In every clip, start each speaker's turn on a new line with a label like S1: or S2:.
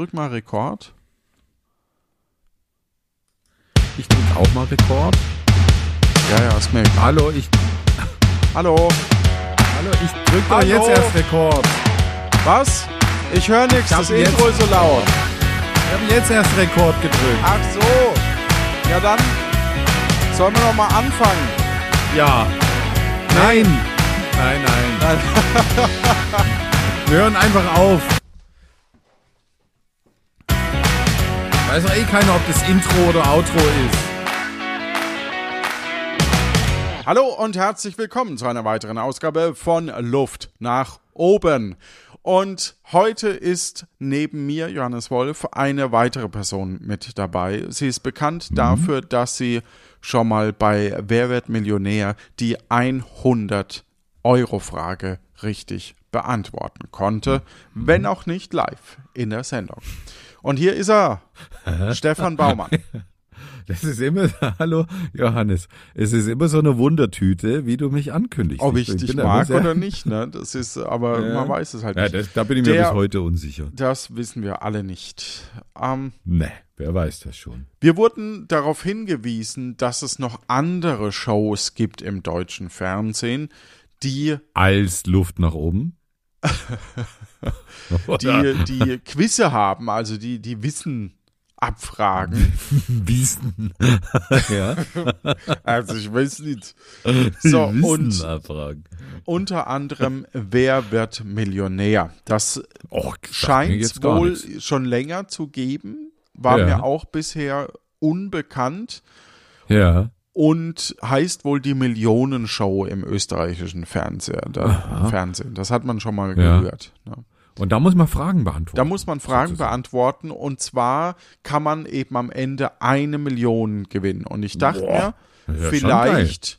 S1: Drück mal Rekord.
S2: Ich drücke auch mal Rekord.
S1: Ja, ja, ist mir egal.
S2: Hallo, ich,
S1: Hallo.
S2: hallo, ich drücke
S1: Hallo.
S2: doch jetzt erst Rekord.
S1: Was? Ich höre nichts,
S2: Ich hab
S1: das
S2: jetzt-
S1: Intro ist so laut.
S2: Ich habe jetzt erst Rekord gedrückt.
S1: Ach so. Ja, dann sollen wir noch mal anfangen.
S2: Ja. Nein. Nein, nein. Wir hören einfach auf. Weiß doch eh keiner, ob das Intro oder Outro ist.
S1: Hallo und herzlich willkommen zu einer weiteren Ausgabe von Luft nach oben. Und heute ist neben mir, Johannes Wolf, eine weitere Person mit dabei. Sie ist
S2: Mhm.
S1: bekannt dafür, dass sie schon mal bei Wer wird Millionär die 100 Euro-Frage richtig beantworten konnte,
S2: Mhm.
S1: wenn auch nicht live in der Sendung. Und hier ist er, Stefan Baumann.
S2: Das ist immer, hallo Johannes, es ist immer so eine Wundertüte, wie du mich ankündigst.
S1: Ob ich dich
S2: bin da
S1: mag
S2: immer sehr-
S1: oder nicht, ne? Das ist, aber man weiß es halt
S2: Ja,
S1: nicht.
S2: das, da bin ich mir
S1: Der-
S2: bis heute unsicher.
S1: Das wissen wir alle nicht. Ähm,
S2: Ne, wer weiß das schon.
S1: wir wurden darauf hingewiesen, dass es noch andere Shows gibt im deutschen Fernsehen, die,
S2: als Luft nach oben. Oder
S1: die, die Quizze haben, also die, die Wissen abfragen.
S2: Wiesen. ja.
S1: Also ich weiß nicht. So,
S2: Wiesen
S1: und
S2: abfragen.
S1: unter anderem, wer wird Millionär? Das
S2: Och, sagt mir
S1: scheint es
S2: jetzt gar
S1: wohl
S2: nichts.
S1: schon länger zu geben, war
S2: Ja.
S1: mir auch bisher unbekannt.
S2: Ja.
S1: und heißt wohl die Millionenshow im österreichischen Fernseher, da, Fernsehen. Das hat man schon mal
S2: Ja.
S1: gehört. Ne?
S2: Und da muss man Fragen beantworten.
S1: Da muss man Fragen
S2: Sozusagen.
S1: beantworten und zwar kann man eben am Ende eine Million gewinnen. Und ich dachte
S2: Boah.
S1: mir,
S2: Ja, schon
S1: vielleicht,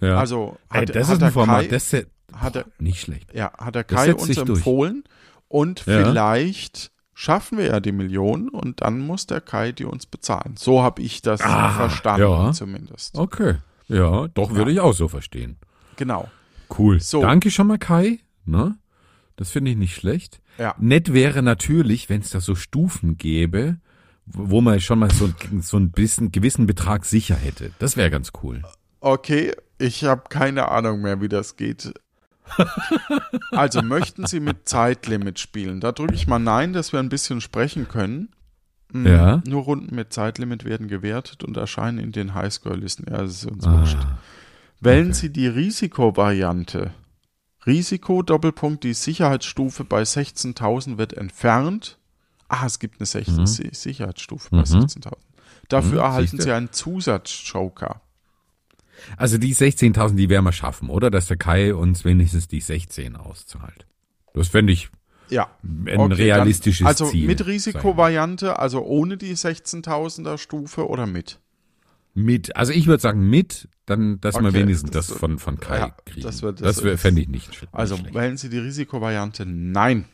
S2: Ja.
S1: also
S2: Ey,
S1: hat,
S2: das
S1: hat
S2: ist
S1: der
S2: ein Format,
S1: Kai,
S2: das ist
S1: hat er-
S2: nicht schlecht.
S1: ja, hat der
S2: das
S1: Kai
S2: setzt
S1: uns
S2: sich durch.
S1: empfohlen und
S2: Ja.
S1: vielleicht schaffen wir ja die Million und dann muss der Kai die uns bezahlen. So habe ich das verstanden
S2: Ah, ja.
S1: zumindest.
S2: Okay. Ja, doch würde ich auch so verstehen.
S1: Genau.
S2: Cool.
S1: So.
S2: Danke schon mal, Kai. Ne? Das finde ich nicht schlecht.
S1: Ja.
S2: Nett wäre natürlich, wenn es da so Stufen gäbe, wo man schon mal so, so ein bisschen gewissen Betrag sicher hätte. Das wäre ganz cool.
S1: Okay, ich habe keine Ahnung mehr, wie das geht. also möchten Sie mit Zeitlimit spielen? Da drücke ich mal Nein, dass wir ein bisschen sprechen können. Mhm.
S2: Ja.
S1: Nur Runden mit Zeitlimit werden gewertet und erscheinen in den Highscore-Listen. Ja, es ist uns wurscht. Wählen Sie die Risikovariante. Risiko, Doppelpunkt, die Sicherheitsstufe bei 16.000 wird entfernt. Ah, es gibt eine 16 Si- Sicherheitsstufe bei 16.000. Dafür erhalten
S2: siehste.
S1: Sie einen Zusatz-Joker.
S2: Also die 16.000, die werden wir schaffen, oder? Dass der Kai uns wenigstens die 16 auszahlt. Das fände ich
S1: Ja.
S2: ein realistisches
S1: dann, also
S2: Ziel.
S1: mit
S2: war
S1: Risikovariante, also ohne die 16.000er Stufe oder mit?
S2: Mit, also ich würde sagen mit, dann, dass wir
S1: Okay,
S2: wenigstens das,
S1: das-
S2: von, von Kai
S1: ja,
S2: kriegen.
S1: das
S2: Das,
S1: wär-
S2: wär,
S1: das wär-
S2: fände ich nicht sch-
S1: Also
S2: nicht schlecht.
S1: wählen Sie die Risikovariante? Nein.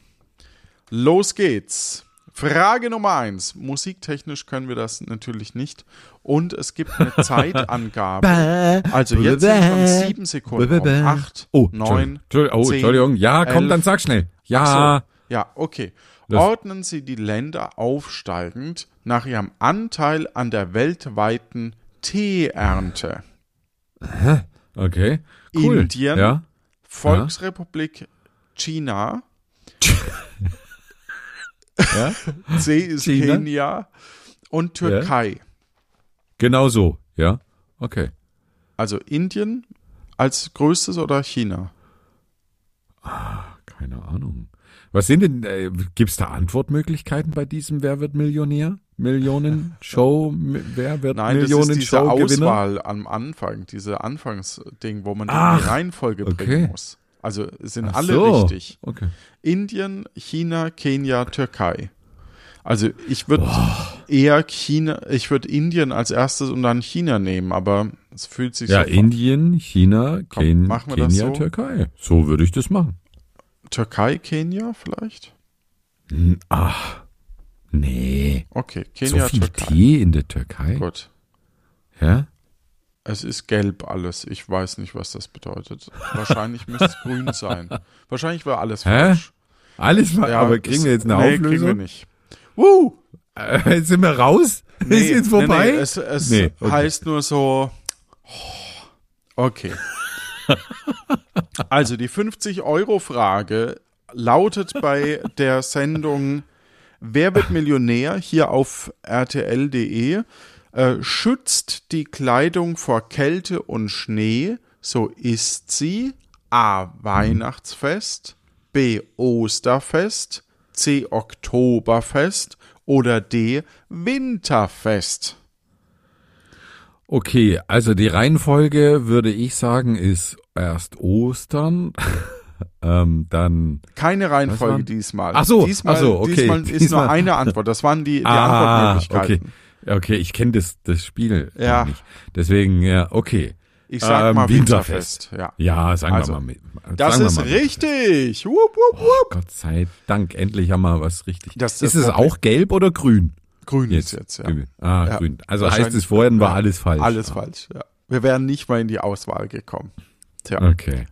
S1: Los geht's. Frage Nummer eins. Musiktechnisch können wir das natürlich nicht. Und es gibt eine Zeitangabe. Also jetzt sind schon sieben Sekunden. rum. Acht,
S2: oh,
S1: neun,
S2: Entschuldigung. Entschuldigung. Oh,
S1: zehn,
S2: Entschuldigung. Ja, komm,
S1: elf.
S2: dann sag schnell.
S1: So.
S2: Ja.
S1: Ja, okay.
S2: Das-
S1: Ordnen Sie die Länder aufsteigend nach ihrem Anteil an der weltweiten Teeernte.
S2: Okay. Cool.
S1: Indien.
S2: Ja.
S1: Volksrepublik China.
S2: ja.
S1: C ist
S2: China.
S1: Kenia und Türkei.
S2: Genau so. Ja. Okay.
S1: Also Indien als größtes oder China?
S2: Keine Ahnung. Was sind denn, äh, gibt's da Antwortmöglichkeiten bei diesem Wer wird Millionär? Millionen Show, Wer wird
S1: Nein, das ist
S2: Millionen
S1: diese
S2: Show Gewinner?
S1: Auswahl am Anfang, diese Anfangsding, wo man die
S2: Ach,
S1: Reihenfolge
S2: okay.
S1: bringen muss. Also es sind alle
S2: so.
S1: richtig.
S2: Okay.
S1: Indien, China, Kenia, Türkei. Also ich würde eher China, ich würde Indien als erstes und dann China nehmen, aber es fühlt sich
S2: Ja,
S1: so
S2: Indien, China,
S1: Komm,
S2: Ken
S1: machen wir das
S2: Kenia,
S1: so?
S2: Türkei. So würde ich das machen.
S1: Türkei, Kenia vielleicht?
S2: Ach, nee.
S1: Okay,
S2: So
S1: Kenia,
S2: viel
S1: Türkei.
S2: Tee in der Türkei.
S1: Gut.
S2: Ja?
S1: Es ist gelb alles. Ich weiß nicht, was das bedeutet. Wahrscheinlich müsste es grün sein. Wahrscheinlich war alles
S2: Hä?
S1: falsch.
S2: Alles, war-
S1: Ja,
S2: aber kriegen wir jetzt eine
S1: nee, kriegen wir
S2: Auflösung?
S1: nicht. Woo!
S2: Äh, jetzt sind wir raus? ist jetzt vorbei?
S1: Nee, nee, es es
S2: Nee, okay.
S1: heißt nur so. oh, Okay. also die 50-Euro-Frage lautet bei der Sendung Wer wird Millionär hier auf rtl.de äh, schützt die Kleidung vor Kälte und Schnee, so ist sie A. Weihnachtsfest, B. Osterfest, C. Oktoberfest oder D. Winterfest.
S2: Okay, also die Reihenfolge würde ich sagen, ist erst Ostern, ähm, dann
S1: Keine
S2: Was
S1: Reihenfolge
S2: waren-
S1: diesmal.
S2: Ach so,
S1: diesmal,
S2: ach so, okay.
S1: diesmal ist
S2: Diesmal- Ah,
S1: nur eine Antwort. Das waren die, die
S2: okay.
S1: Antwortmöglichkeiten.
S2: Okay, ich kenne das, das Spiel
S1: Ja.
S2: gar nicht. Deswegen, ja, okay.
S1: Ich sag
S2: Ähm,
S1: mal Winterfest.
S2: Winterfest.
S1: Ja.
S2: Ja, sagen
S1: Also,
S2: wir mal. mit-
S1: Das
S2: sagen wir
S1: ist
S2: mal mit. Oh
S1: richtig. Wupp, wupp, wupp.
S2: Gott sei Dank, endlich haben wir was richtig.
S1: Das ist
S2: ist
S1: das
S2: es
S1: Problem.
S2: auch gelb oder grün?
S1: Grün
S2: Jetzt.
S1: ist jetzt, ja.
S2: Grün. Ah,
S1: Ja.
S2: grün. Also
S1: Wahrscheinlich-
S2: heißt es, vorhin war alles falsch.
S1: Alles falsch, ja. Wir wären nicht mal in die Auswahl gekommen. Tja.
S2: Okay.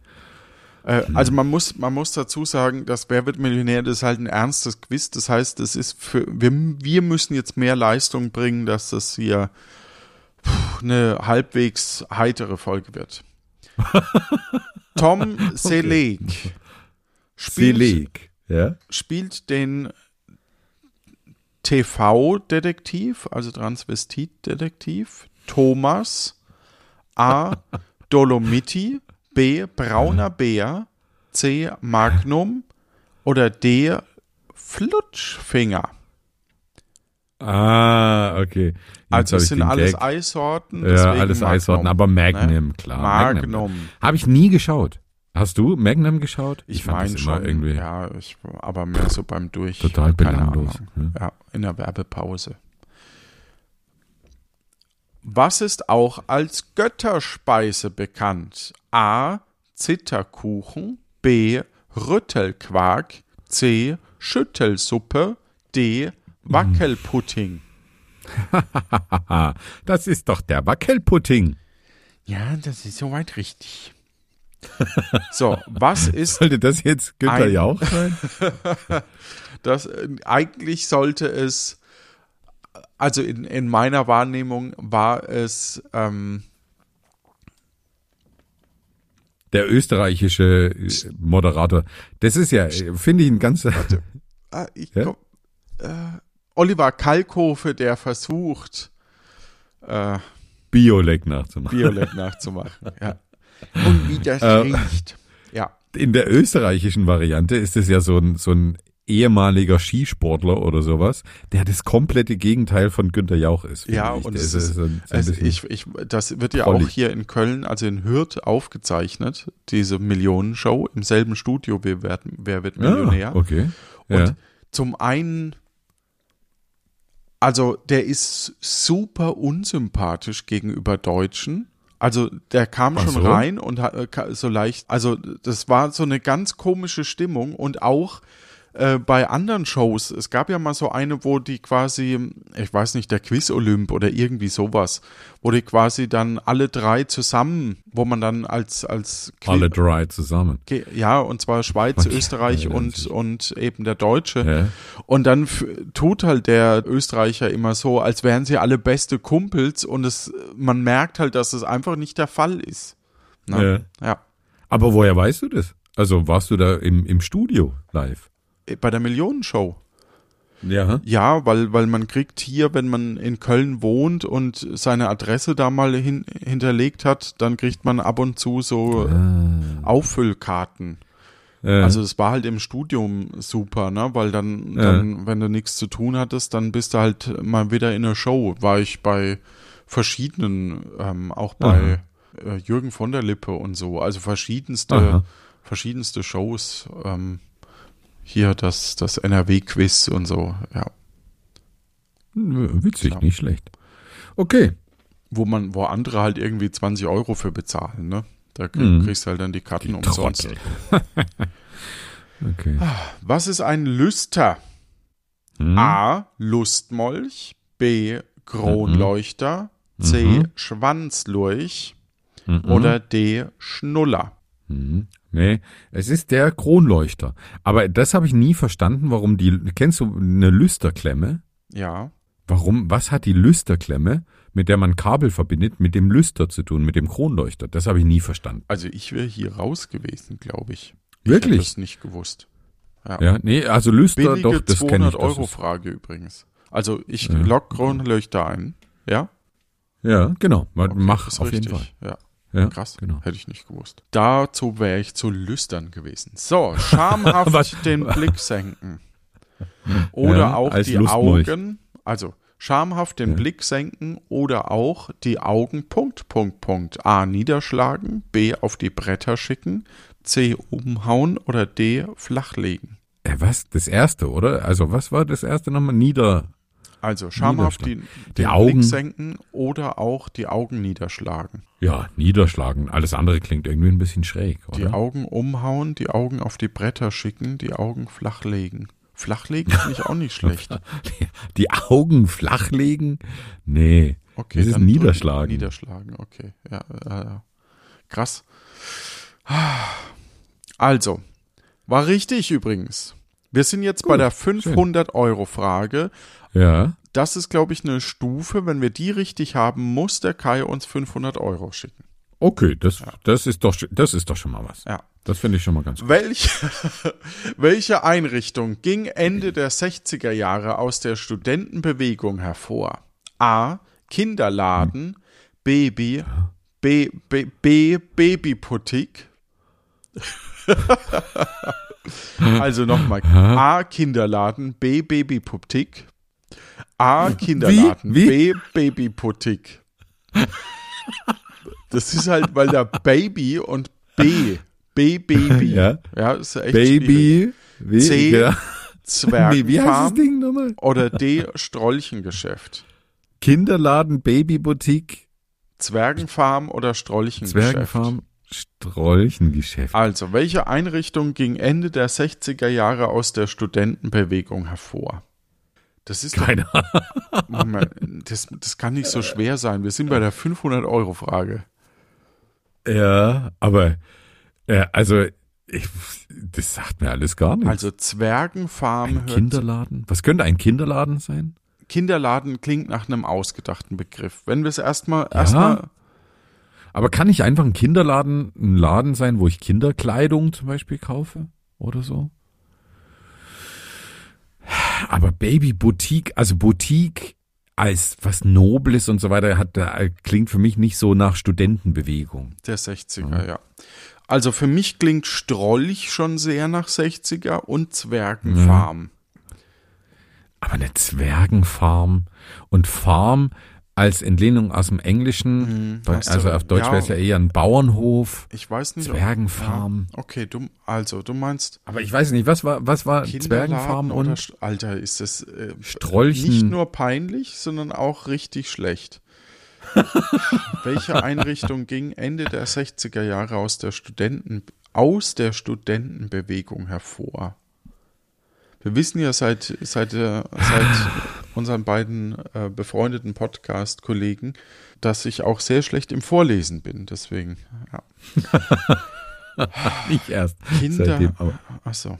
S1: Äh, also man muss, man muss dazu sagen, dass Wer wird Millionär, das ist halt ein ernstes Quiz. Das heißt, das ist für, wir, wir müssen jetzt mehr Leistung bringen, dass das hier puh, eine halbwegs heitere Folge wird. Tom Selek spielt,
S2: Selig. Ja?
S1: spielt den TV-Detektiv, also Transvestit-Detektiv, Thomas A. Dolomiti, B. Brauner Bär, C. Magnum oder D. Flutschfinger.
S2: Ah, okay. Jetzt
S1: Also
S2: hab
S1: es
S2: ich
S1: sind
S2: den
S1: alles
S2: Gag.
S1: Eissorten.
S2: Ja,
S1: deswegen
S2: alles
S1: Magnum,
S2: Eissorten, aber Magnum,
S1: ne?
S2: klar.
S1: Magnum.
S2: Habe ich nie geschaut. Hast du Magnum geschaut?
S1: Ich,
S2: fand
S1: meine
S2: das immer
S1: schon,
S2: irgendwie
S1: ja, ich, aber mehr so beim Durch.
S2: total
S1: keine
S2: belanglos.
S1: Ahnung.
S2: ne?
S1: Ja, in der Werbepause. Was ist auch als Götterspeise bekannt? A. Zitterkuchen, B. Rüttelquark, C. Schüttelsuppe, D.
S2: Hm.
S1: Wackelpudding.
S2: Haha, das ist doch der Wackelpudding.
S1: Ja, das ist soweit richtig. So, was ist
S2: Sollte das jetzt Günther
S1: Ein-
S2: Jauch sein?
S1: das? äh, Eigentlich sollte es, also in, in meiner Wahrnehmung war es ähm,
S2: Der österreichische äh, Moderator. Das ist ja, äh, finde ich, ein ganz...
S1: Ah, ich
S2: Ja?
S1: komm, äh, Oliver Kalkofe, der versucht, äh,
S2: Bioleck nachzumachen.
S1: Violett nachzumachen. Ja. Und wie
S2: Äh,
S1: das riecht. Ja,
S2: In der österreichischen Variante ist es ja so ein, so ein ehemaliger Skisportler oder sowas, der das komplette Gegenteil von Günther Jauch ist. finde
S1: ja,
S2: ich.
S1: und
S2: Der
S1: es
S2: ist
S1: ist,
S2: so ein- so ein
S1: also
S2: bisschen-
S1: ich, ich, das wird ja auch
S2: prollig.
S1: hier in Köln, also in Hürth, aufgezeichnet, diese Millionenshow im selben Studio, wer wird, wer wird Millionär.
S2: Ah, okay.
S1: Und
S2: Ja.
S1: zum einen, also der ist super unsympathisch gegenüber Deutschen. Also der kam
S2: Ach
S1: schon
S2: so.
S1: rein und hat, äh, ka- so leicht, also das war so eine ganz komische Stimmung und auch äh, bei anderen Shows, es gab ja mal so eine, wo die quasi, ich weiß nicht, der Quiz Olymp oder irgendwie sowas, wo die quasi dann alle drei zusammen, wo man dann als, als Qui-
S2: Alle drei zusammen.
S1: Ge- Ja, und zwar Schweiz,
S2: Okay.
S1: Österreich
S2: Ja,
S1: und,
S2: natürlich.
S1: und eben der Deutsche.
S2: Ja.
S1: Und dann f- tut halt der Österreicher immer so, als wären sie alle beste Kumpels und es, man merkt halt, dass es einfach nicht der Fall ist. Ne? Ja.
S2: Aber woher weißt du das? Also warst du da im, im Studio live?
S1: Äh, Bei der Millionenshow.
S2: Ja.
S1: Ja, weil, weil man kriegt hier, wenn man in Köln wohnt und seine Adresse da mal hin, hinterlegt hat, dann kriegt man ab und zu so Auffüllkarten.
S2: Äh,
S1: Also es war halt im Studium super, ne? Weil dann,
S2: Ja.
S1: dann, wenn du nichts zu tun hattest, dann bist du halt mal wieder in der Show. War ich bei verschiedenen, ähm, auch bei äh, Jürgen von der Lippe und so, also verschiedenste,
S2: Aha.
S1: verschiedenste Shows. Ähm, hier das, das NRW-Quiz und so, ja.
S2: w- witzig,
S1: Ja.
S2: nicht schlecht. Okay.
S1: Wo man, wo andere halt irgendwie 20 Euro für bezahlen, ne? Da krieg,
S2: Mhm.
S1: kriegst du halt dann die Karten umsonst.
S2: Trottel. okay.
S1: Ah. Was ist ein Lüster?
S2: Hm?
S1: A. Lustmolch. B. Kronleuchter. C. Schwanzlurch.
S2: Mhm.
S1: Oder D. Schnuller.
S2: Mhm. Nee, es ist der Kronleuchter. Aber das habe ich nie verstanden, warum die. Kennst du eine Lüsterklemme?
S1: Ja.
S2: Warum, was hat die Lüsterklemme, mit der man Kabel verbindet, mit dem Lüster zu tun, mit dem Kronleuchter? Das habe ich nie verstanden.
S1: Also ich wäre hier raus gewesen, glaube ich. Ich
S2: Wirklich?
S1: hätte das nicht gewusst.
S2: Ja, nee, also Lüster,
S1: Billige
S2: doch, das kenne ich. das ist-
S1: 200-Euro-Frage übrigens. Also ich lock Kronleuchter ein. Ja?
S2: Ja, genau. Man
S1: Okay,
S2: Mach
S1: ist
S2: auf jeden Fall.
S1: richtig. Ja.
S2: Ja,
S1: Krass,
S2: Genau.
S1: hätte ich nicht gewusst. Dazu wäre ich zu lüstern gewesen. So, schamhaft den Blick senken. Oder
S2: Ja,
S1: auch
S2: als
S1: die
S2: Lustmolch.
S1: Augen, also schamhaft den Blick senken oder auch die Augen Punkt, Punkt, Punkt. A niederschlagen, B auf die Bretter schicken, C umhauen oder D flachlegen.
S2: Äh, was? Das erste, oder? Also, was war das erste nochmal? Nieder.
S1: Also schamhaft den, den
S2: Die Augen-
S1: Blick senken oder auch die Augen niederschlagen.
S2: Ja, niederschlagen. Alles andere klingt irgendwie ein bisschen schräg,
S1: Die
S2: oder?
S1: Augen umhauen, die Augen auf die Bretter schicken, die Augen flachlegen. Flachlegen finde ich auch nicht schlecht.
S2: Die Augen flachlegen? Nee.
S1: Okay,
S2: das ist
S1: dann drücken.
S2: niederschlagen.
S1: Niederschlagen, okay. Ja, ja, ja. Krass. Also, war richtig übrigens. Wir sind jetzt bei der 500-Euro-Frage.
S2: ja.
S1: Das ist, glaube ich, eine Stufe. Wenn wir die richtig haben, muss der Kai uns 500 Euro schicken.
S2: Okay, das, das ist doch, sch- das ist doch schon mal was.
S1: Ja.
S2: Das finde ich schon mal ganz gut.
S1: Welche, welche Einrichtung ging Ende der 60er Jahre aus der Studentenbewegung hervor? A. Kinderladen, Baby, B, B, B, Babypothek. also nochmal. A. Kinderladen, B. Babypothek. A. Kinderladen,
S2: Wie?
S1: B. Babypothek. Das ist halt, weil da Baby und B. B, Baby.
S2: Ja.
S1: ja ist ja echt schwierig.
S2: Baby, wie,
S1: C.
S2: ja. nee, wie heißt das
S1: Zwergenfarm
S2: Ding nochmal?
S1: oder D. Strollchengeschäft.
S2: Kinderladen, Babyboutique,
S1: Zwergenfarm oder Strollchengeschäft.
S2: Zwergenfarm, Strolchengeschäft.
S1: Also, welche Einrichtung ging Ende der 60er Jahre aus der Studentenbewegung hervor? Das ist doch,
S2: Keine Ahnung.
S1: Moment, das, das kann nicht so schwer sein. Wir sind bei der 500-Euro-Frage.
S2: Ja, aber, äh, also, ich, das sagt mir alles gar nichts.
S1: Also Zwergenfarm
S2: ein
S1: hört
S2: Kinderladen? Was könnte ein Kinderladen sein?
S1: Kinderladen klingt nach einem ausgedachten Begriff. Wenn wir es erstmal
S2: Ja.
S1: erstmal
S2: Aber kann nicht einfach ein Kinderladen ein Laden sein, wo ich Kinderkleidung zum Beispiel kaufe oder so? Aber Baby Boutique, also Boutique als was Nobles und so weiter, hat, da- klingt für mich nicht so nach Studentenbewegung.
S1: der 60er,
S2: Mhm.
S1: ja. Also für mich klingt Strolch schon sehr nach 60er und Zwergenfarm.
S2: Mhm. Aber eine Zwergenfarm und Farm als Entlehnung aus dem Englischen, Deu-
S1: Mhm. hast du-
S2: also auf Deutsch
S1: ja.
S2: wäre es ja eher ein Bauernhof,
S1: Ich weiß nicht. ob-
S2: Zwergenfarm.
S1: Ja. Okay, du, also du meinst
S2: Aber ich weiß nicht, was war, was war
S1: Kinderladen
S2: Zwergenfarm
S1: oder
S2: und
S1: St- Alter, ist das äh,
S2: Strolchen?
S1: nicht nur peinlich, sondern auch richtig schlecht. Welche Einrichtung ging Ende der 60er Jahre aus der Studenten aus der Studentenbewegung hervor? Wir wissen ja seit seit äh, seit unseren beiden äh, befreundeten Podcast Kollegen, dass ich auch sehr schlecht im Vorlesen bin, deswegen ja.
S2: nicht erst.
S1: Kinder-
S2: Seitdem, aber
S1: Achso. also,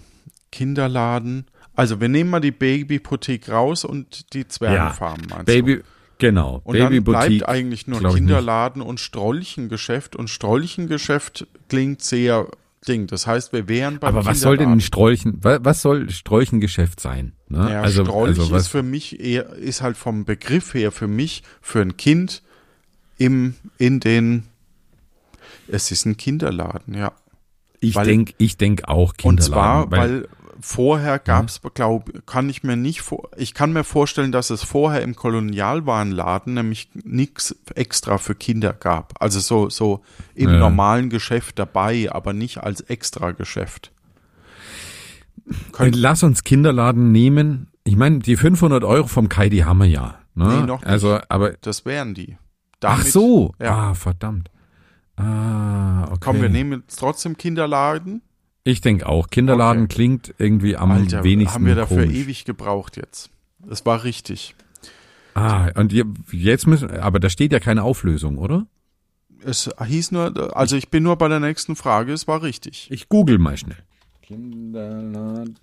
S1: Kinderladen. Also wir nehmen mal die Babypothek raus und die Zwergenfarm meinst du?
S2: Baby, genau.
S1: Und
S2: Baby
S1: dann bleibt
S2: Boutique,
S1: eigentlich nur
S2: glaub ich
S1: Kinderladen und Strolchengeschäft. Und Strolchengeschäft klingt sehr Ding. Das heißt, wir wären beim
S2: Aber was soll denn
S1: Kinderladen.
S2: ein Strolchen, was, was soll Strolchengeschäft sein? Ne?
S1: ja,
S2: also,
S1: Strolch
S2: also
S1: ist
S2: was,
S1: für mich eher, ist halt vom Begriff her für mich, für ein Kind im, in den, es ist ein Kinderladen, ja.
S2: ich
S1: weil-
S2: denk, ich denk auch Kinderladen.
S1: Und zwar,
S2: weil,
S1: weil, vorher gab's, glaube kann ich mir nicht vor, ich kann mir vorstellen, dass es vorher im Kolonialwarenladen nämlich nichts extra für Kinder gab. Also so, so im
S2: Ja.
S1: normalen Geschäft dabei, aber nicht als extra Geschäft.
S2: Äh, lass uns Kinderladen nehmen. Ich meine, die 500 Euro vom Kai, die haben wir ja. Ne?
S1: Nee, noch nicht.
S2: Also, aber,
S1: Das wären die.
S2: ach
S1: Damit-
S2: so.
S1: Ja.
S2: Ah, verdammt. Ah, okay.
S1: Komm, wir nehmen jetzt trotzdem Kinderladen.
S2: Ich denk auch. Kinderladen
S1: Okay.
S2: klingt irgendwie am
S1: Alter,
S2: wenigsten
S1: haben wir dafür
S2: Hm, komisch.
S1: ewig gebraucht jetzt. Das war richtig.
S2: Ah, und je- jetzt müssen, aber da steht ja keine Auflösung, oder?
S1: Es hieß nur, also ich bin nur bei der nächsten Frage, es war richtig.
S2: Ich google mal schnell. Kinderladen.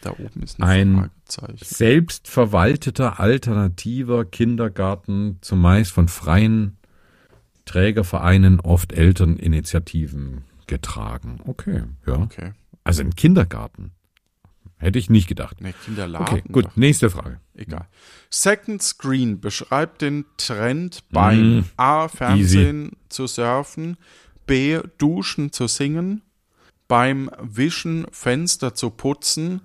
S1: Da oben ist
S2: Ein-
S1: Fragezeichen.
S2: Selbstverwalteter alternativer Kindergarten, zumeist von freien Trägervereinen, oft Elterninitiativen getragen. Okay, ja.
S1: Okay.
S2: Also ein Kindergarten. Hätte ich nicht gedacht.
S1: Ne, Kinderladen.
S2: Okay, gut.
S1: doch.
S2: Nächste Frage.
S1: Egal. Second Screen beschreibt den Trend beim
S2: Mm.
S1: A. Fernsehen zu surfen, B. Duschen zu singen, beim Wischen Fenster zu putzen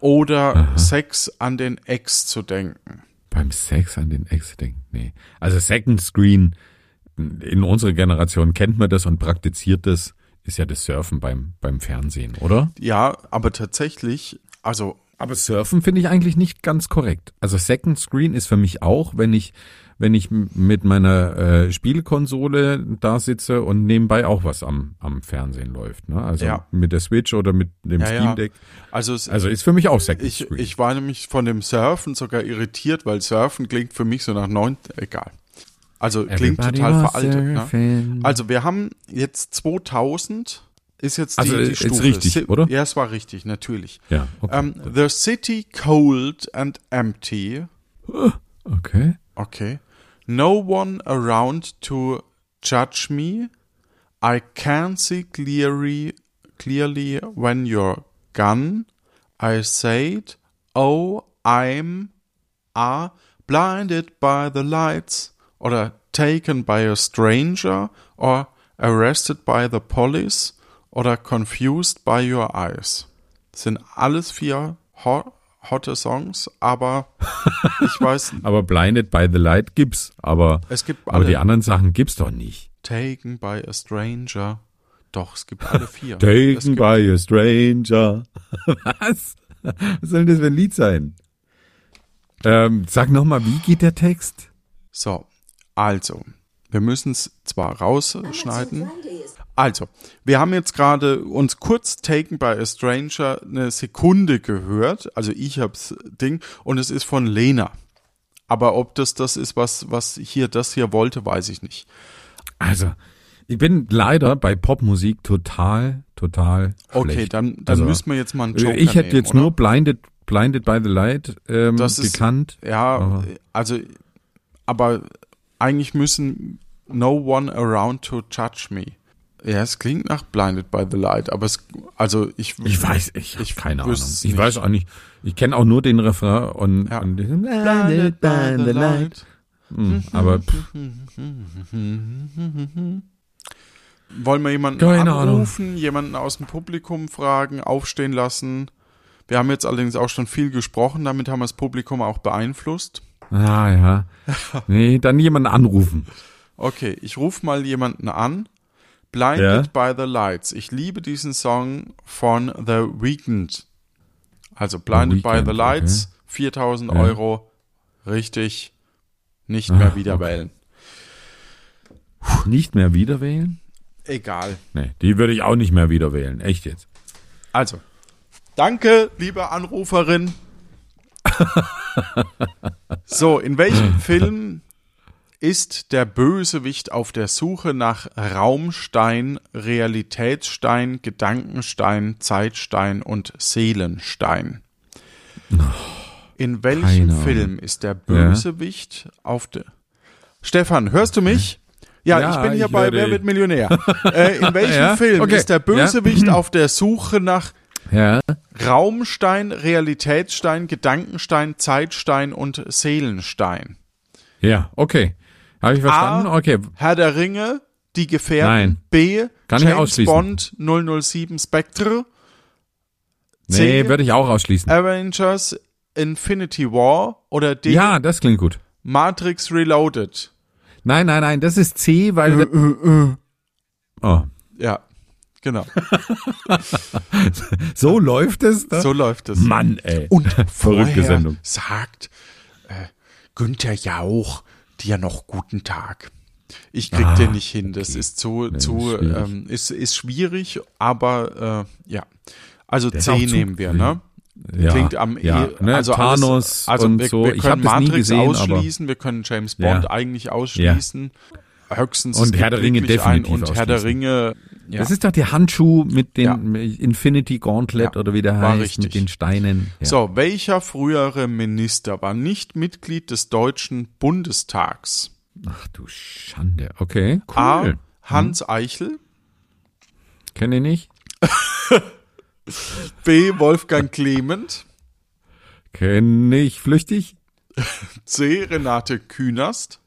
S1: oder Sex an den Ex zu denken.
S2: Beim Sex an den Ex denken? Nee. Also Second Screen, in unserer Generation kennt man das und praktiziert das, ist ja das Surfen beim, beim Fernsehen, oder?
S1: Ja, aber tatsächlich, also
S2: Aber Surfen finde ich eigentlich nicht ganz korrekt. Also Second Screen ist für mich auch, wenn ich, wenn ich m- mit meiner äh, Spielkonsole da sitze und nebenbei auch was am, am Fernsehen läuft. Ne? Also
S1: Ja.
S2: mit der Switch oder mit dem
S1: Ja, ja.
S2: Steam Deck.
S1: also es,
S2: Also ist für mich auch Second
S1: ich,
S2: Screen.
S1: ich war nämlich von dem Surfen sogar irritiert, weil Surfen klingt für mich so nach neun, egal. Also klingt
S2: Everybody
S1: total
S2: was
S1: veraltet. Ne?
S2: surfing.
S1: Also wir haben jetzt 2000 ist jetzt
S2: Also,
S1: die, die
S2: ist
S1: Stufe.
S2: richtig,
S1: Si-
S2: oder?
S1: Ja, es war richtig, natürlich.
S2: Ja, okay.
S1: Ähm, the city cold and empty.
S2: okay.
S1: Okay. No one around to judge me. I can see clearly, clearly when you're gone. I said, oh, I'm are blinded by the lights oder taken by a stranger or arrested by the police oder confused by your eyes. Sind alles vier ho hotte Songs, aber ich weiß,
S2: Aber Blinded by the Light gibt's. Aber,
S1: es gibt
S2: aber die
S1: alle.
S2: anderen Sachen gibt's doch nicht.
S1: Taken by a stranger. Doch, es gibt alle vier. es
S2: Taken
S1: gibt,
S2: by a stranger. Was? Was soll denn das für ein Lied sein? Ähm, sag nochmal, wie geht der Text?
S1: so, also, wir müssen es zwar rausschneiden. Also, wir haben jetzt gerade uns kurz Taken by a Stranger eine Sekunde gehört. Also ich hab's Ding und es ist von Lena. Aber ob das das ist, was was hier das hier wollte, weiß ich nicht.
S2: Also, ich bin leider bei Popmusik total, total
S1: Okay,
S2: schlecht.
S1: dann dann
S2: Also,
S1: müssen wir jetzt mal einen Joker
S2: Ich hätte
S1: nehmen,
S2: jetzt
S1: oder?
S2: nur Blinded, Blinded by the Light ähm,
S1: Das ist-
S2: gekannt.
S1: Ja,
S2: Aber-
S1: also, aber eigentlich müssen no one around to judge me. Ja, es klingt nach Blinded by the Light, aber es, also ich,
S2: Ich weiß, ich,
S1: Ich
S2: ich keine Ahnung.
S1: wüsste
S2: Ich
S1: es nicht.
S2: weiß auch nicht. Ich kenne auch nur den Refrain und,
S1: Ja.
S2: und Blinded by the Light. Hm, aber pff,
S1: Wollen wir jemanden
S2: Keine Ahnung.
S1: anrufen, jemanden aus dem Publikum fragen, aufstehen lassen? Wir haben jetzt allerdings auch schon viel gesprochen, damit haben wir das Publikum auch beeinflusst.
S2: ah ja. Nee, dann jemanden anrufen.
S1: Okay, ich rufe mal jemanden an. Blinded by the Lights. Ich liebe diesen Song von The Weeknd. Also Blinded by
S2: Weeknd,
S1: the
S2: okay.
S1: Lights, 4000
S2: Ja. Ah,
S1: Euro, richtig, nicht mehr wieder wählen.
S2: Nicht mehr wieder wählen?
S1: Egal.
S2: Nee, die würde ich auch nicht mehr wieder wählen. Echt jetzt.
S1: Also, danke, liebe Anruferin. so, in welchem Film ist der Bösewicht auf der Suche nach Raumstein, Realitätsstein, Gedankenstein, Zeitstein und Seelenstein? In welchem
S2: Oh, keine Ahnung.
S1: Film ist der Bösewicht auf der... Stefan, hörst du mich? Ja,
S2: Ja,
S1: ich bin hier
S2: ich
S1: bei
S2: höre
S1: Wer
S2: dich.
S1: wird Millionär? äh, in welchem
S2: Ja, Mhm.
S1: Film
S2: okay.
S1: ist der Bösewicht auf der Suche nach
S2: Ja.
S1: Raumstein, Realitätsstein, Gedankenstein, Zeitstein und Seelenstein?
S2: Ja, okay. Habe ich verstanden?
S1: A.
S2: Okay.
S1: Herr der Ringe, die Gefährten.
S2: Nein.
S1: B.
S2: Kann ich
S1: James
S2: ausschließen.
S1: Bond 007 Spectre. C.
S2: Nee, würde ich auch ausschließen.
S1: Avengers Infinity War oder D.
S2: ja, das klingt gut.
S1: Matrix Reloaded.
S2: Nein, nein, nein, das ist C,
S1: Äh,
S2: weil. Oh.
S1: Ja, genau.
S2: So läuft es. Ne?
S1: So läuft es.
S2: Mann, ey.
S1: Und
S2: Verrückte
S1: vorher
S2: Sendung.
S1: sagt äh, Günther Jauch dir noch guten Tag. Ich krieg
S2: Ah,
S1: den nicht hin. Das ist zu, zu
S2: schwierig.
S1: ähm, ist, ist schwierig, aber äh, ja. Also
S2: ist
S1: C
S2: auch zu-
S1: nehmen wir, ne?
S2: Ja,
S1: Klingt am
S2: ja,
S1: eh- also
S2: ne, Thanos und
S1: wir,
S2: so.
S1: wir
S2: Ich
S1: können
S2: hab das nie
S1: Matrix
S2: gesehen, aber-
S1: ausschließen, wir können James Bond
S2: Ja.
S1: eigentlich ausschließen. Höchstens es
S2: Und Herr
S1: gibt
S2: der Ringe
S1: wirklich
S2: definitiv
S1: einen und Herr der
S2: ausschließen.
S1: Ringe. Ja.
S2: Das ist doch der Handschuh mit den
S1: Ja.
S2: Infinity Gauntlet
S1: Ja,
S2: oder wie der
S1: war
S2: heißt,
S1: richtig.
S2: mit den Steinen. Ja.
S1: So, welcher frühere Minister war nicht Mitglied des deutschen Bundestags?
S2: Ach du Schande. Okay,
S1: A.
S2: cool. Mhm.
S1: Hans Eichel,
S2: Kenne ich nicht.
S1: B. Wolfgang Clement,
S2: Kenne ich flüchtig.
S1: C. Renate Künast.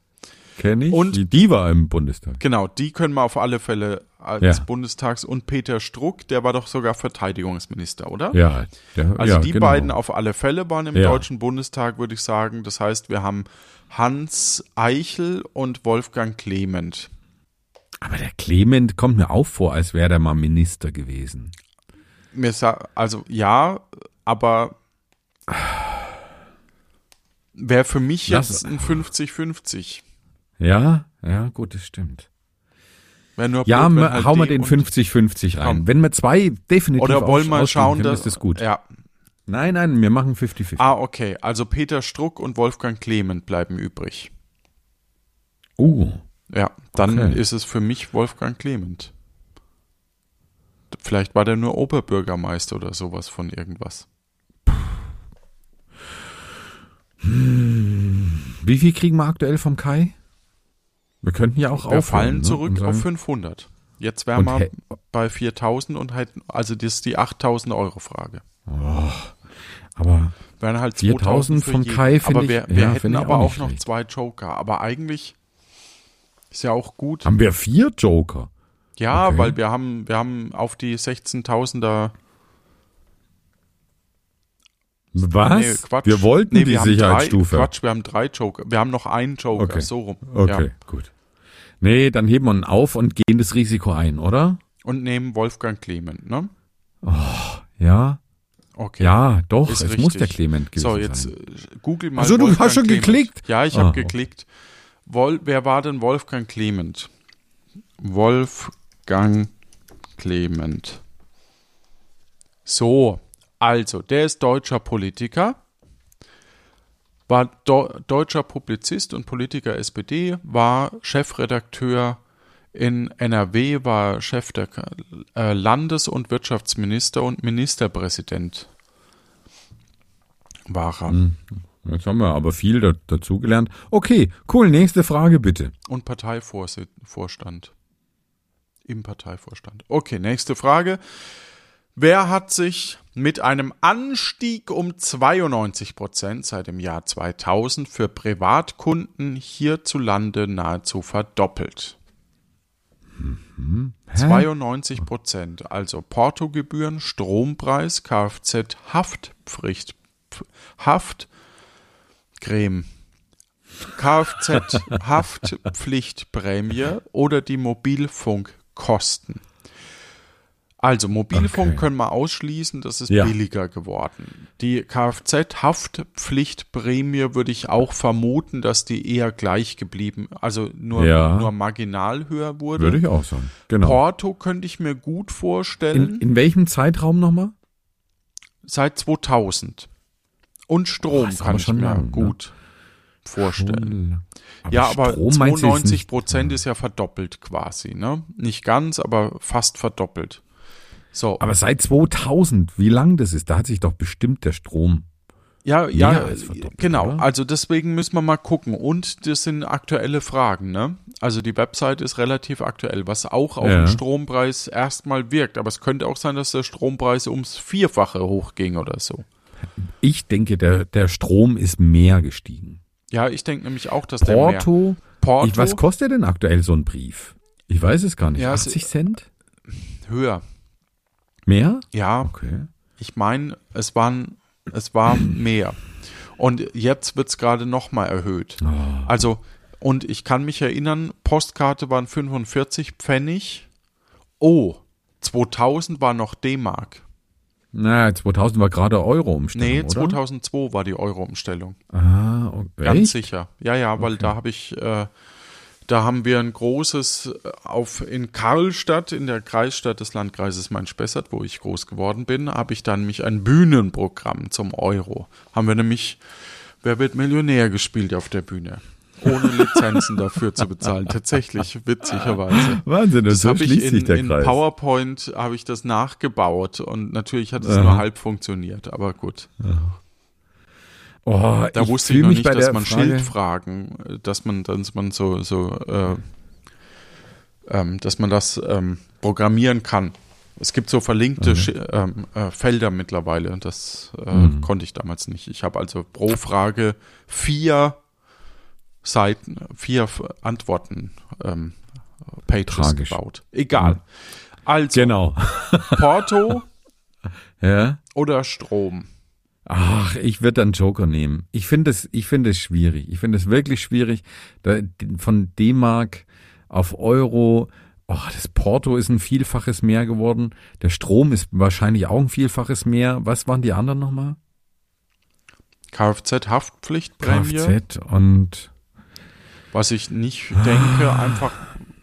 S2: Kenne ich.
S1: Und-
S2: die, die war im Bundestag.
S1: Genau, die können wir auf alle Fälle als
S2: Ja.
S1: Bundestags- und Peter Struck, der war doch sogar Verteidigungsminister, oder?
S2: Ja, der,
S1: Also
S2: ja,
S1: die
S2: genau.
S1: beiden auf alle Fälle waren im
S2: Ja.
S1: Deutschen Bundestag, würde ich sagen. Das heißt, wir haben Hans Eichel und Wolfgang Clement.
S2: Aber der Clement kommt mir auch vor, als wäre der mal Minister gewesen.
S1: Mir sa also ja, aber wäre für mich
S2: Lass-
S1: jetzt ein 50-50.
S2: Ja, ja, gut, das stimmt.
S1: Wäre nur
S2: Ja,
S1: blöd, wenn
S2: ma-
S1: halt
S2: hau mal
S1: die
S2: den
S1: und-
S2: 50-50 rein.
S1: Komm.
S2: Wenn wir zwei definitiv
S1: Oder wollen wir
S2: aus- ausgehen
S1: schauen,
S2: können,
S1: dass
S2: ist das gut.
S1: Ja.
S2: Nein, nein, wir machen 50-50.
S1: Ah, okay. Also Peter Struck und Wolfgang Clement bleiben übrig.
S2: Uh,
S1: Ja, dann
S2: Okay.
S1: ist es für mich Wolfgang Clement. Vielleicht war der nur Oberbürgermeister oder sowas von irgendwas.
S2: wie viel kriegen wir aktuell vom Kai? Wir könnten ja auch
S1: Wir
S2: aufhören,
S1: fallen
S2: ne,
S1: zurück
S2: und
S1: auf
S2: sagen-
S1: 500. Jetzt wären
S2: Und
S1: wir
S2: hä-
S1: bei 4000 und hätten, also das ist die 8000 Euro Frage.
S2: Aber
S1: Wären halt 2000
S2: 4000
S1: für
S2: vom
S1: jeden.
S2: Kai find
S1: Aber
S2: ich-
S1: wir, wir
S2: ja,
S1: hätten
S2: find ich
S1: aber
S2: auch
S1: auch
S2: nicht
S1: noch
S2: schlecht.
S1: zwei Joker. Aber eigentlich ist ja auch gut.
S2: haben wir vier Joker?
S1: Ja,
S2: Okay.
S1: weil wir haben, wir haben auf die 16.000er.
S2: Was?
S1: Nee, Quatsch.
S2: Wir wollten
S1: Nee,
S2: die
S1: wir haben
S2: Sicherheitsstufe.
S1: Drei, Quatsch, wir haben drei Joker. Wir haben noch einen Joker,
S2: Okay.
S1: so rum.
S2: Okay,
S1: Ja.
S2: gut. Nee, dann heben wir ihn auf und gehen das Risiko ein, oder?
S1: Und nehmen Wolfgang Clement, ne?
S2: Ja,
S1: Okay.
S2: ja, doch,
S1: Ist
S2: es muss
S1: richtig.
S2: der Clement gewesen
S1: so, jetzt
S2: sein.
S1: äh, google mal.
S2: Ach so, Also, du
S1: Wolfgang
S2: hast schon
S1: Clement.
S2: geklickt?
S1: Ja, ich
S2: Ah,
S1: habe
S2: okay.
S1: geklickt. Wol Wer war denn Wolfgang Clement? Wolfgang Clement. So, also, der ist deutscher Politiker. war Do deutscher Publizist und Politiker SPD, war Chefredakteur in NRW, war Chef der äh, Landes- und Wirtschaftsminister und Ministerpräsident. War er.
S2: Jetzt haben wir aber viel da, dazugelernt. Okay, cool, nächste Frage bitte.
S1: Und Parteivorstand. Im Parteivorstand. Okay, nächste Frage. Wer hat sich mit einem Anstieg um 92 Prozent seit dem Jahr 2000 für Privatkunden hierzulande nahezu verdoppelt? 92 Prozent, also Portogebühren, Strompreis, Kfz, Haftpflicht, Pf- Haftcreme, Kfz, Haftpflichtprämie oder die Mobilfunkkosten. Also Mobilfunk
S2: Okay.
S1: können wir ausschließen, das ist
S2: Ja.
S1: billiger geworden. Die Kfz-Haftpflichtprämie würde ich auch vermuten, dass die eher gleich geblieben, also nur,
S2: Ja.
S1: nur marginal höher wurde.
S2: Würde ich auch sagen. Genau.
S1: Porto könnte ich mir gut vorstellen
S2: In, in welchem Zeitraum nochmal?
S1: seit 2000. Und Strom
S2: ist aber
S1: kann ich
S2: schon
S1: mir
S2: lang, ne?
S1: gut vorstellen.
S2: Aber
S1: ja, aber
S2: Strom meinst du jetzt
S1: 92
S2: nicht?
S1: Prozent ist ja verdoppelt quasi, ne? Nicht ganz, aber fast verdoppelt. So,
S2: Aber seit 2000, wie lang das ist, da hat sich doch bestimmt der Strom.
S1: ja,
S2: mehr
S1: ja,
S2: als verdoppelt,
S1: genau.
S2: oder?
S1: Also deswegen müssen wir mal gucken. Und das sind aktuelle Fragen, ne? Also die Website ist relativ aktuell, was auch auf
S2: Ja.
S1: den Strompreis erstmal wirkt. Aber es könnte auch sein, dass der Strompreis ums Vierfache hochging oder so.
S2: Ich denke, der, der Strom ist mehr gestiegen.
S1: Ja, ich denke nämlich auch, dass der mehr.
S2: Porto,
S1: Porto
S2: Ich, was kostet denn aktuell so ein Brief? Ich weiß es gar nicht.
S1: Ja, es-
S2: 80 Cent?
S1: höher.
S2: Mehr?
S1: Ja,
S2: Okay.
S1: ich meine, es waren, es war mehr. Und jetzt wird es gerade nochmal erhöht.
S2: Oh.
S1: Also, und ich kann mich erinnern, Postkarte waren 45 Pfennig. Oh, 2000 war noch D-Mark.
S2: Na, 2000 war gerade Euro umstellung
S1: Nee,
S2: oder?
S1: 2002 war die Euro-Umstellung.
S2: Ah, okay.
S1: Ganz sicher. Ja, ja, weil da habe ich äh, Da haben wir ein großes äh, auf in Karlstadt, in der Kreisstadt des Landkreises Main-Spessart, wo ich groß geworden bin, habe ich dann mich ein Bühnenprogramm zum Euro. Haben wir nämlich Wer wird Millionär gespielt auf der Bühne. Ohne Lizenzen dafür zu bezahlen. Tatsächlich, witzigerweise.
S2: Wahnsinn, das,
S1: das
S2: so
S1: habe ich
S2: schließt
S1: in,
S2: sich der
S1: in
S2: Kreis.
S1: PowerPoint habe ich das nachgebaut und natürlich hat es
S2: Aha.
S1: nur halb funktioniert, aber gut.
S2: oh,
S1: Da wusste ich
S2: fühl
S1: noch
S2: mich
S1: nicht,
S2: bei
S1: dass
S2: der
S1: man
S2: Frage-
S1: Schildfragen, äh, dass man, dass man so, so äh, ähm, dass man das ähm, programmieren kann. Es gibt so
S2: Mhm.
S1: verlinkte Schi- ähm, äh, Felder mittlerweile. Das äh,
S2: Mhm.
S1: konnte ich damals nicht. Ich habe also pro Frage vier Seiten, vier F- Antworten ähm, Pages
S2: Tragisch. Mhm.
S1: gebaut. Egal. Also
S2: Genau.
S1: Porto
S2: Ja.
S1: oder Strom.
S2: Ach, ich würde dann Joker nehmen. Ich finde es, ich finde es schwierig. Ich finde es wirklich schwierig. Da, von D-Mark auf Euro. Ach, das Porto ist ein Vielfaches mehr geworden. Der Strom ist wahrscheinlich auch ein Vielfaches mehr. Was waren die anderen nochmal?
S1: Kfz-Haftpflichtprämie.
S2: Kfz und
S1: Was ich nicht denke,
S2: Ah.
S1: einfach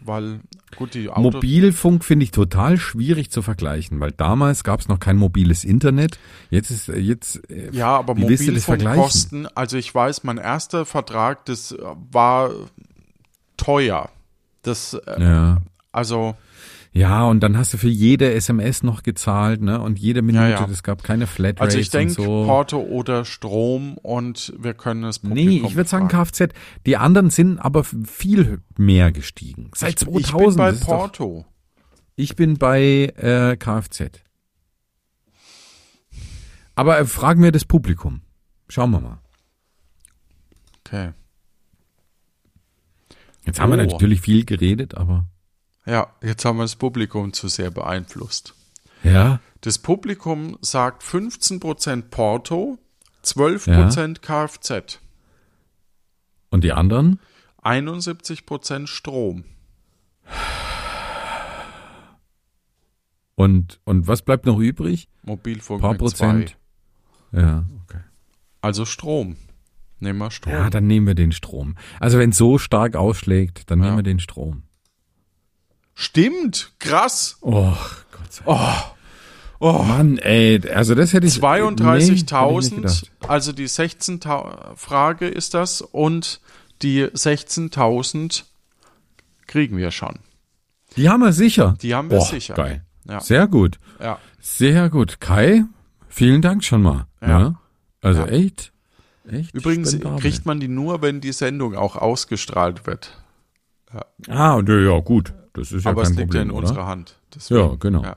S1: weil, gut, die Autos.
S2: Mobilfunk finde ich total schwierig zu vergleichen, weil damals gab es noch kein mobiles Internet. Jetzt ist äh, jetzt äh,
S1: ja, aber
S2: wie willst du das vergleichen?
S1: Mobilfunkkosten, also ich weiß, mein erster Vertrag, das äh, war teuer. Das, äh,
S2: ja.
S1: also,
S2: Ja, und dann hast du für jede SMS noch gezahlt, ne? Und jede Minute,
S1: Ja, ja.
S2: es gab keine Flatrates
S1: also ich denke
S2: und so.
S1: Porto oder Strom und wir können es
S2: Nee, ich würde sagen Kfz. Die anderen sind aber viel mehr gestiegen. Seit 2000.
S1: Ich bin bei
S2: das ist doch-
S1: Porto.
S2: ich bin bei äh, Kfz. Aber äh, fragen wir das Publikum. Schauen wir mal.
S1: Okay.
S2: Jetzt haben wir
S1: Oh.
S2: natürlich viel geredet, aber
S1: Ja, jetzt haben wir das Publikum zu sehr beeinflusst.
S2: ja,
S1: Das Publikum sagt 15% Porto, 12% Kfz.
S2: und die anderen?
S1: 71% Strom.
S2: Und und was bleibt noch übrig?
S1: Mobilfunk
S2: Paar
S1: mit
S2: Prozent.
S1: Zwei.
S2: Ja, okay.
S1: Also Strom. Nehmen wir Strom.
S2: Ja, dann nehmen wir den Strom. Also wenn so stark ausschlägt, dann nehmen
S1: Ja.
S2: wir den Strom.
S1: Stimmt, krass.
S2: Och, Gott sei Dank. Oh, Mann, ey, also das hätte ich nee, hätte ich nicht
S1: 32.000,
S2: gedacht.
S1: also die 16.000 Frage ist das und die 16.000 kriegen wir schon.
S2: die haben wir sicher.
S1: Die haben wir
S2: Och,
S1: sicher.
S2: Geil.
S1: Ja.
S2: Sehr gut.
S1: Ja,
S2: Sehr gut. Kai, vielen Dank schon mal.
S1: Ja.
S2: ne? Also echt, echt.
S1: übrigens äh,
S2: spendabel.
S1: kriegt man die nur, wenn die Sendung auch ausgestrahlt wird.
S2: Ah, ja, ja, gut. Das ist ja
S1: Aber
S2: kein
S1: es liegt
S2: Problem,
S1: ja in
S2: oder?
S1: unserer Hand.
S2: Ja, genau.
S1: Ja.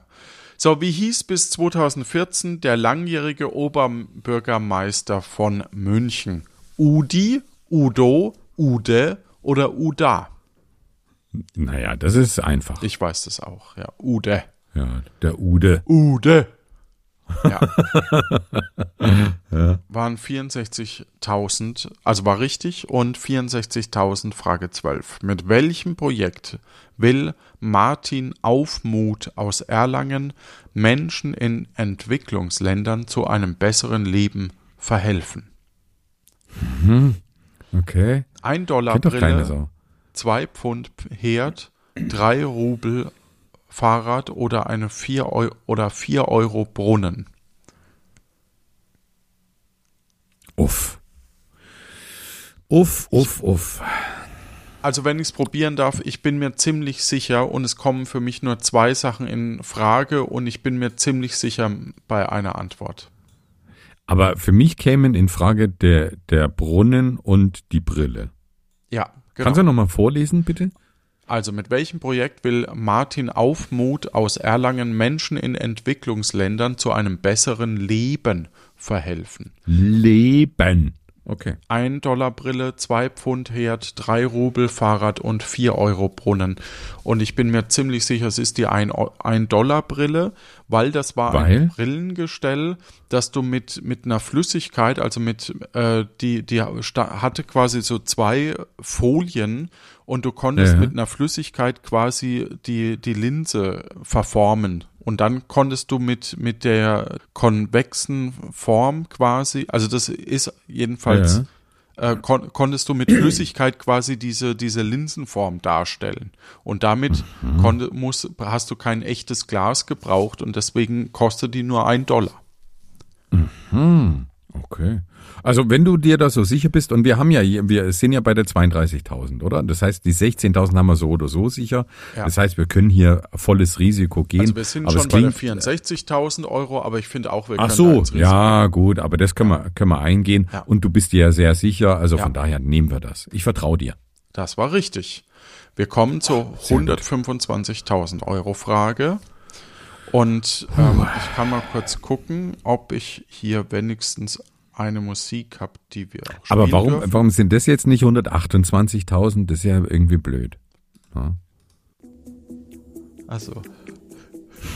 S1: So, wie hieß bis 2014 der langjährige Oberbürgermeister von München? Udi, Udo, Ude oder Uda?
S2: Naja, das ist einfach.
S1: Ich weiß das auch, ja. Ude.
S2: Ja, der Ude.
S1: Ude. Ja. Waren 64.000, also war richtig, und 64.000 Frage 12. Mit welchem Projekt will Martin Aufmut aus Erlangen Menschen in Entwicklungsländern zu einem besseren Leben verhelfen?
S2: Okay.
S1: Ein
S2: Kennt doch keine
S1: Dollarbrille,
S2: Sau.
S1: zwei Pfund Herd, drei Rubel Fahrrad oder eine 4 Euro, oder 4 Euro Brunnen.
S2: Uff. Uff, uff, uff.
S1: Also wenn ich es probieren darf, ich bin mir ziemlich sicher und es kommen für mich nur zwei Sachen in Frage und ich bin mir ziemlich sicher bei einer Antwort.
S2: Aber für mich kämen in Frage der, der Brunnen und die Brille.
S1: Ja, genau.
S2: Kannst du nochmal vorlesen, bitte?
S1: Also mit welchem Projekt will Martin Aufmut aus Erlangen Menschen in Entwicklungsländern zu einem besseren Leben verhelfen?
S2: Leben. Okay.
S1: 1 Dollar Brille, 2 Pfund Herd, 3 Rubel Fahrrad und 4 Euro Brunnen. Und ich bin mir ziemlich sicher, es ist die 1 Eu- 1 Dollar Brille, weil das war
S2: Weil?
S1: ein Brillengestell, dass du mit, mit einer Flüssigkeit, also mit, äh, die, die sta- hatte quasi so zwei Folien und du konntest
S2: Ja.
S1: mit einer Flüssigkeit quasi die, die Linse verformen. Und dann konntest du mit, mit der konvexen Form quasi, also das ist jedenfalls
S2: Ja.
S1: äh, kon konntest du mit Flüssigkeit quasi diese, diese Linsenform darstellen. Und damit
S2: Mhm.
S1: konnt, muss, hast du kein echtes Glas gebraucht und deswegen kostet die nur ein Dollar.
S2: Okay. Also wenn du dir da so sicher bist, und wir haben ja, wir sind ja bei der 32.000, oder? Das heißt, die 16.000 haben wir so oder so sicher.
S1: Ja.
S2: Das heißt, wir können hier volles Risiko gehen.
S1: Also wir sind
S2: aber es
S1: schon bei
S2: klingt-
S1: 64.000 Euro, aber ich finde auch, wir
S2: Ach
S1: können da
S2: so,
S1: ins Risiko
S2: ja gut, aber das können wir, können wir eingehen.
S1: Ja.
S2: Und du bist dir ja sehr sicher, also
S1: Ja.
S2: von daher nehmen wir das. Ich vertraue dir.
S1: Das war richtig. Wir kommen zur 125.000 Euro Frage. Und ähm, ich kann mal kurz gucken, ob ich hier wenigstens eine Musik habe, die wir auch spielen
S2: Aber warum,
S1: Dürfen.
S2: warum sind das jetzt nicht 128.000? Das ist ja irgendwie blöd.
S1: Also.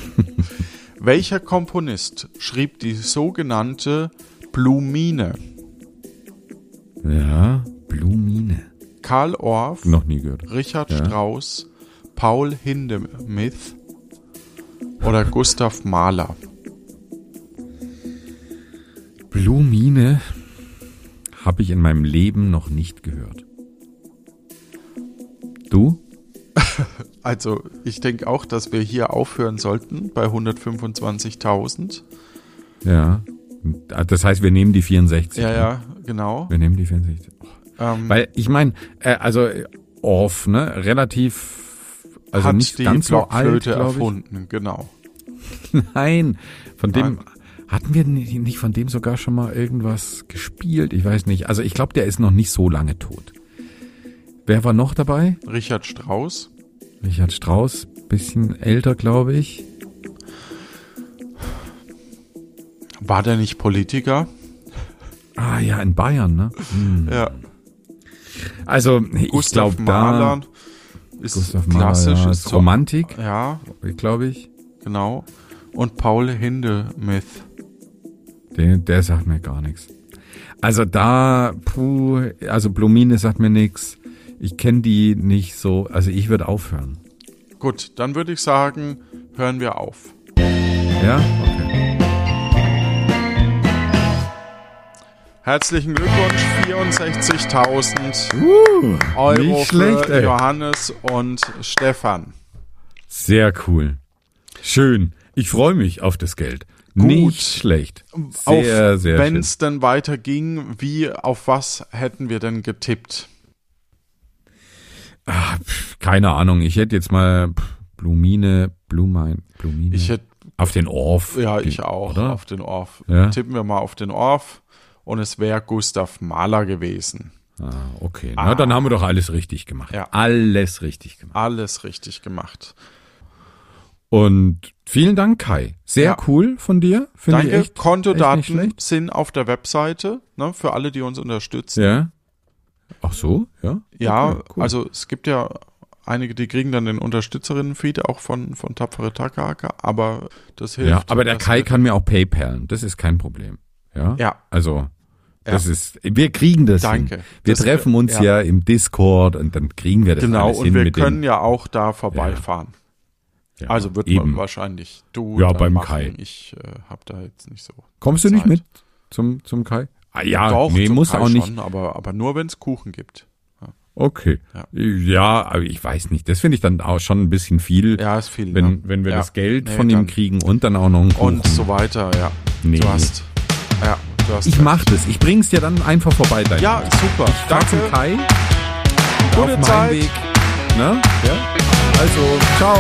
S1: Welcher Komponist schrieb die sogenannte Blumine?
S2: Ja, Blumine.
S1: Karl Orff,
S2: Noch nie gehört.
S1: Richard Strauss, Paul Hindemith oder Gustav Mahler?
S2: Blumine habe ich in meinem Leben noch nicht gehört. Du?
S1: Also, ich denke auch, dass wir hier aufhören sollten bei 125.000.
S2: Ja. Das heißt, wir nehmen die 64.
S1: Ja, ja, genau.
S2: Wir nehmen die 64.
S1: Ähm,
S2: Weil ich meine, äh, also äh, Orff, ne, relativ, also
S1: hat
S2: nicht
S1: die
S2: ganz so alt,
S1: Blockflöte
S2: glaub ich.
S1: erfunden, genau.
S2: Nein, von dem hatten wir ni- nicht von dem sogar schon mal irgendwas gespielt. Ich weiß nicht. Also ich glaube, der ist noch nicht so lange tot. Wer war noch dabei?
S1: Richard Strauss.
S2: Richard Strauss, bisschen älter, glaube ich.
S1: War der nicht Politiker?
S2: Ah ja, in Bayern, ne? Hm.
S1: Ja.
S2: Also ich
S1: Gustav
S2: glaube
S1: Mahler
S2: da
S1: ist
S2: Gustav Mahler
S1: klassisch,
S2: ja,
S1: ist
S2: ist Romantik,
S1: Ja,
S2: glaube ich.
S1: genau. Und Paul Hindemith.
S2: Der, der sagt mir gar nichts. Also da, puh, also Blumine sagt mir nichts. Ich kenne die nicht so. Also ich würde aufhören.
S1: Gut, dann würde ich sagen, hören wir auf.
S2: Ja? Okay.
S1: Herzlichen Glückwunsch, 64.000 Euro
S2: nicht schlecht,
S1: für
S2: ey.
S1: Johannes und Stefan.
S2: Sehr cool. Schön. Ich freue mich auf das Geld. Nicht schlecht. Sehr,
S1: auf,
S2: sehr
S1: Wenn
S2: schön.
S1: es denn weiterging, wie, auf was hätten wir denn getippt?
S2: Ah, pf, keine Ahnung. Ich hätte jetzt mal pf, Blumine, Blumein, Blumine.
S1: Ich hätte,
S2: auf den Orf.
S1: ja,
S2: ge-
S1: ich auch,
S2: Hm. Oder?
S1: auf den Orf.
S2: Ja.
S1: Tippen wir mal auf den Orf und es wäre Gustav Mahler gewesen.
S2: Ah, okay. Na, dann haben wir doch alles richtig gemacht.
S1: Ja.
S2: Alles richtig gemacht.
S1: Alles richtig gemacht.
S2: Und vielen Dank, Kai. Sehr
S1: Ja.
S2: cool von dir. Finde ich
S1: Danke,
S2: echt, echt nicht
S1: Kontodaten
S2: schlecht.
S1: sind auf der Webseite, ne, für alle, die uns unterstützen.
S2: Ja. Ach so, ja.
S1: Ja,
S2: Okay, cool.
S1: also es gibt ja einige, die kriegen dann den Unterstützerinnen-Feed auch von, von Tapfere Takahaka, aber das hilft.
S2: ja. Aber der
S1: Das
S2: Kai
S1: hilft.
S2: kann mir auch PayPalen. Das ist kein Problem. Ja.
S1: also Ja.
S2: Also, das ist, wir kriegen das.
S1: Danke.
S2: Hin. Wir
S1: Das-
S2: treffen uns
S1: ja.
S2: ja. im Discord und dann kriegen wir das
S1: Genau,
S2: alles
S1: und
S2: hin
S1: wir
S2: mit
S1: können
S2: dem,
S1: ja auch da vorbeifahren.
S2: ja,
S1: also wird
S2: eben.
S1: man wahrscheinlich du
S2: Ja,
S1: dann
S2: beim
S1: machen.
S2: Kai.
S1: Ich äh, habe da jetzt nicht so.
S2: Kommst du nicht
S1: Zeit.
S2: mit zum, zum Kai? Ah, ja,
S1: Doch,
S2: nee,
S1: zum
S2: musst
S1: Kai
S2: auch nicht.
S1: Schon, aber, aber nur, wenn es Kuchen gibt.
S2: Okay.
S1: Ja.
S2: Ja, aber ich weiß nicht. Das finde ich dann auch schon ein bisschen viel.
S1: Ja, ist viel.
S2: wenn,
S1: ne?
S2: wenn wir
S1: ja.
S2: das Geld
S1: Nee,
S2: von ihm
S1: dann-
S2: kriegen und dann auch noch einen Kuchen.
S1: Und so weiter, ja.
S2: Nee.
S1: Du hast. Ja, du hast
S2: ich
S1: recht.
S2: mach das. Ich bring's dir dann einfach vorbei. Dein
S1: Ja, super.
S2: Fahr zum
S1: Danke.
S2: Kai. auf
S1: Gute
S2: dem
S1: Zeit.
S2: Heimweg. Ne? Ja. Also, ciao.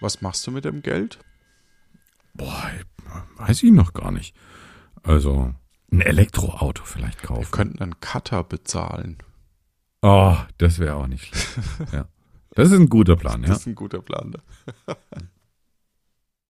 S1: Was machst du mit dem Geld?
S2: Boah, weiß ich noch gar nicht. Also, ein Elektroauto vielleicht
S1: Wir
S2: kaufen.
S1: könnten einen Cutter bezahlen.
S2: Oh, das wäre auch nicht schlecht. ja. Das ist ein guter Plan, ja.
S1: Das ist ein guter Plan. ne?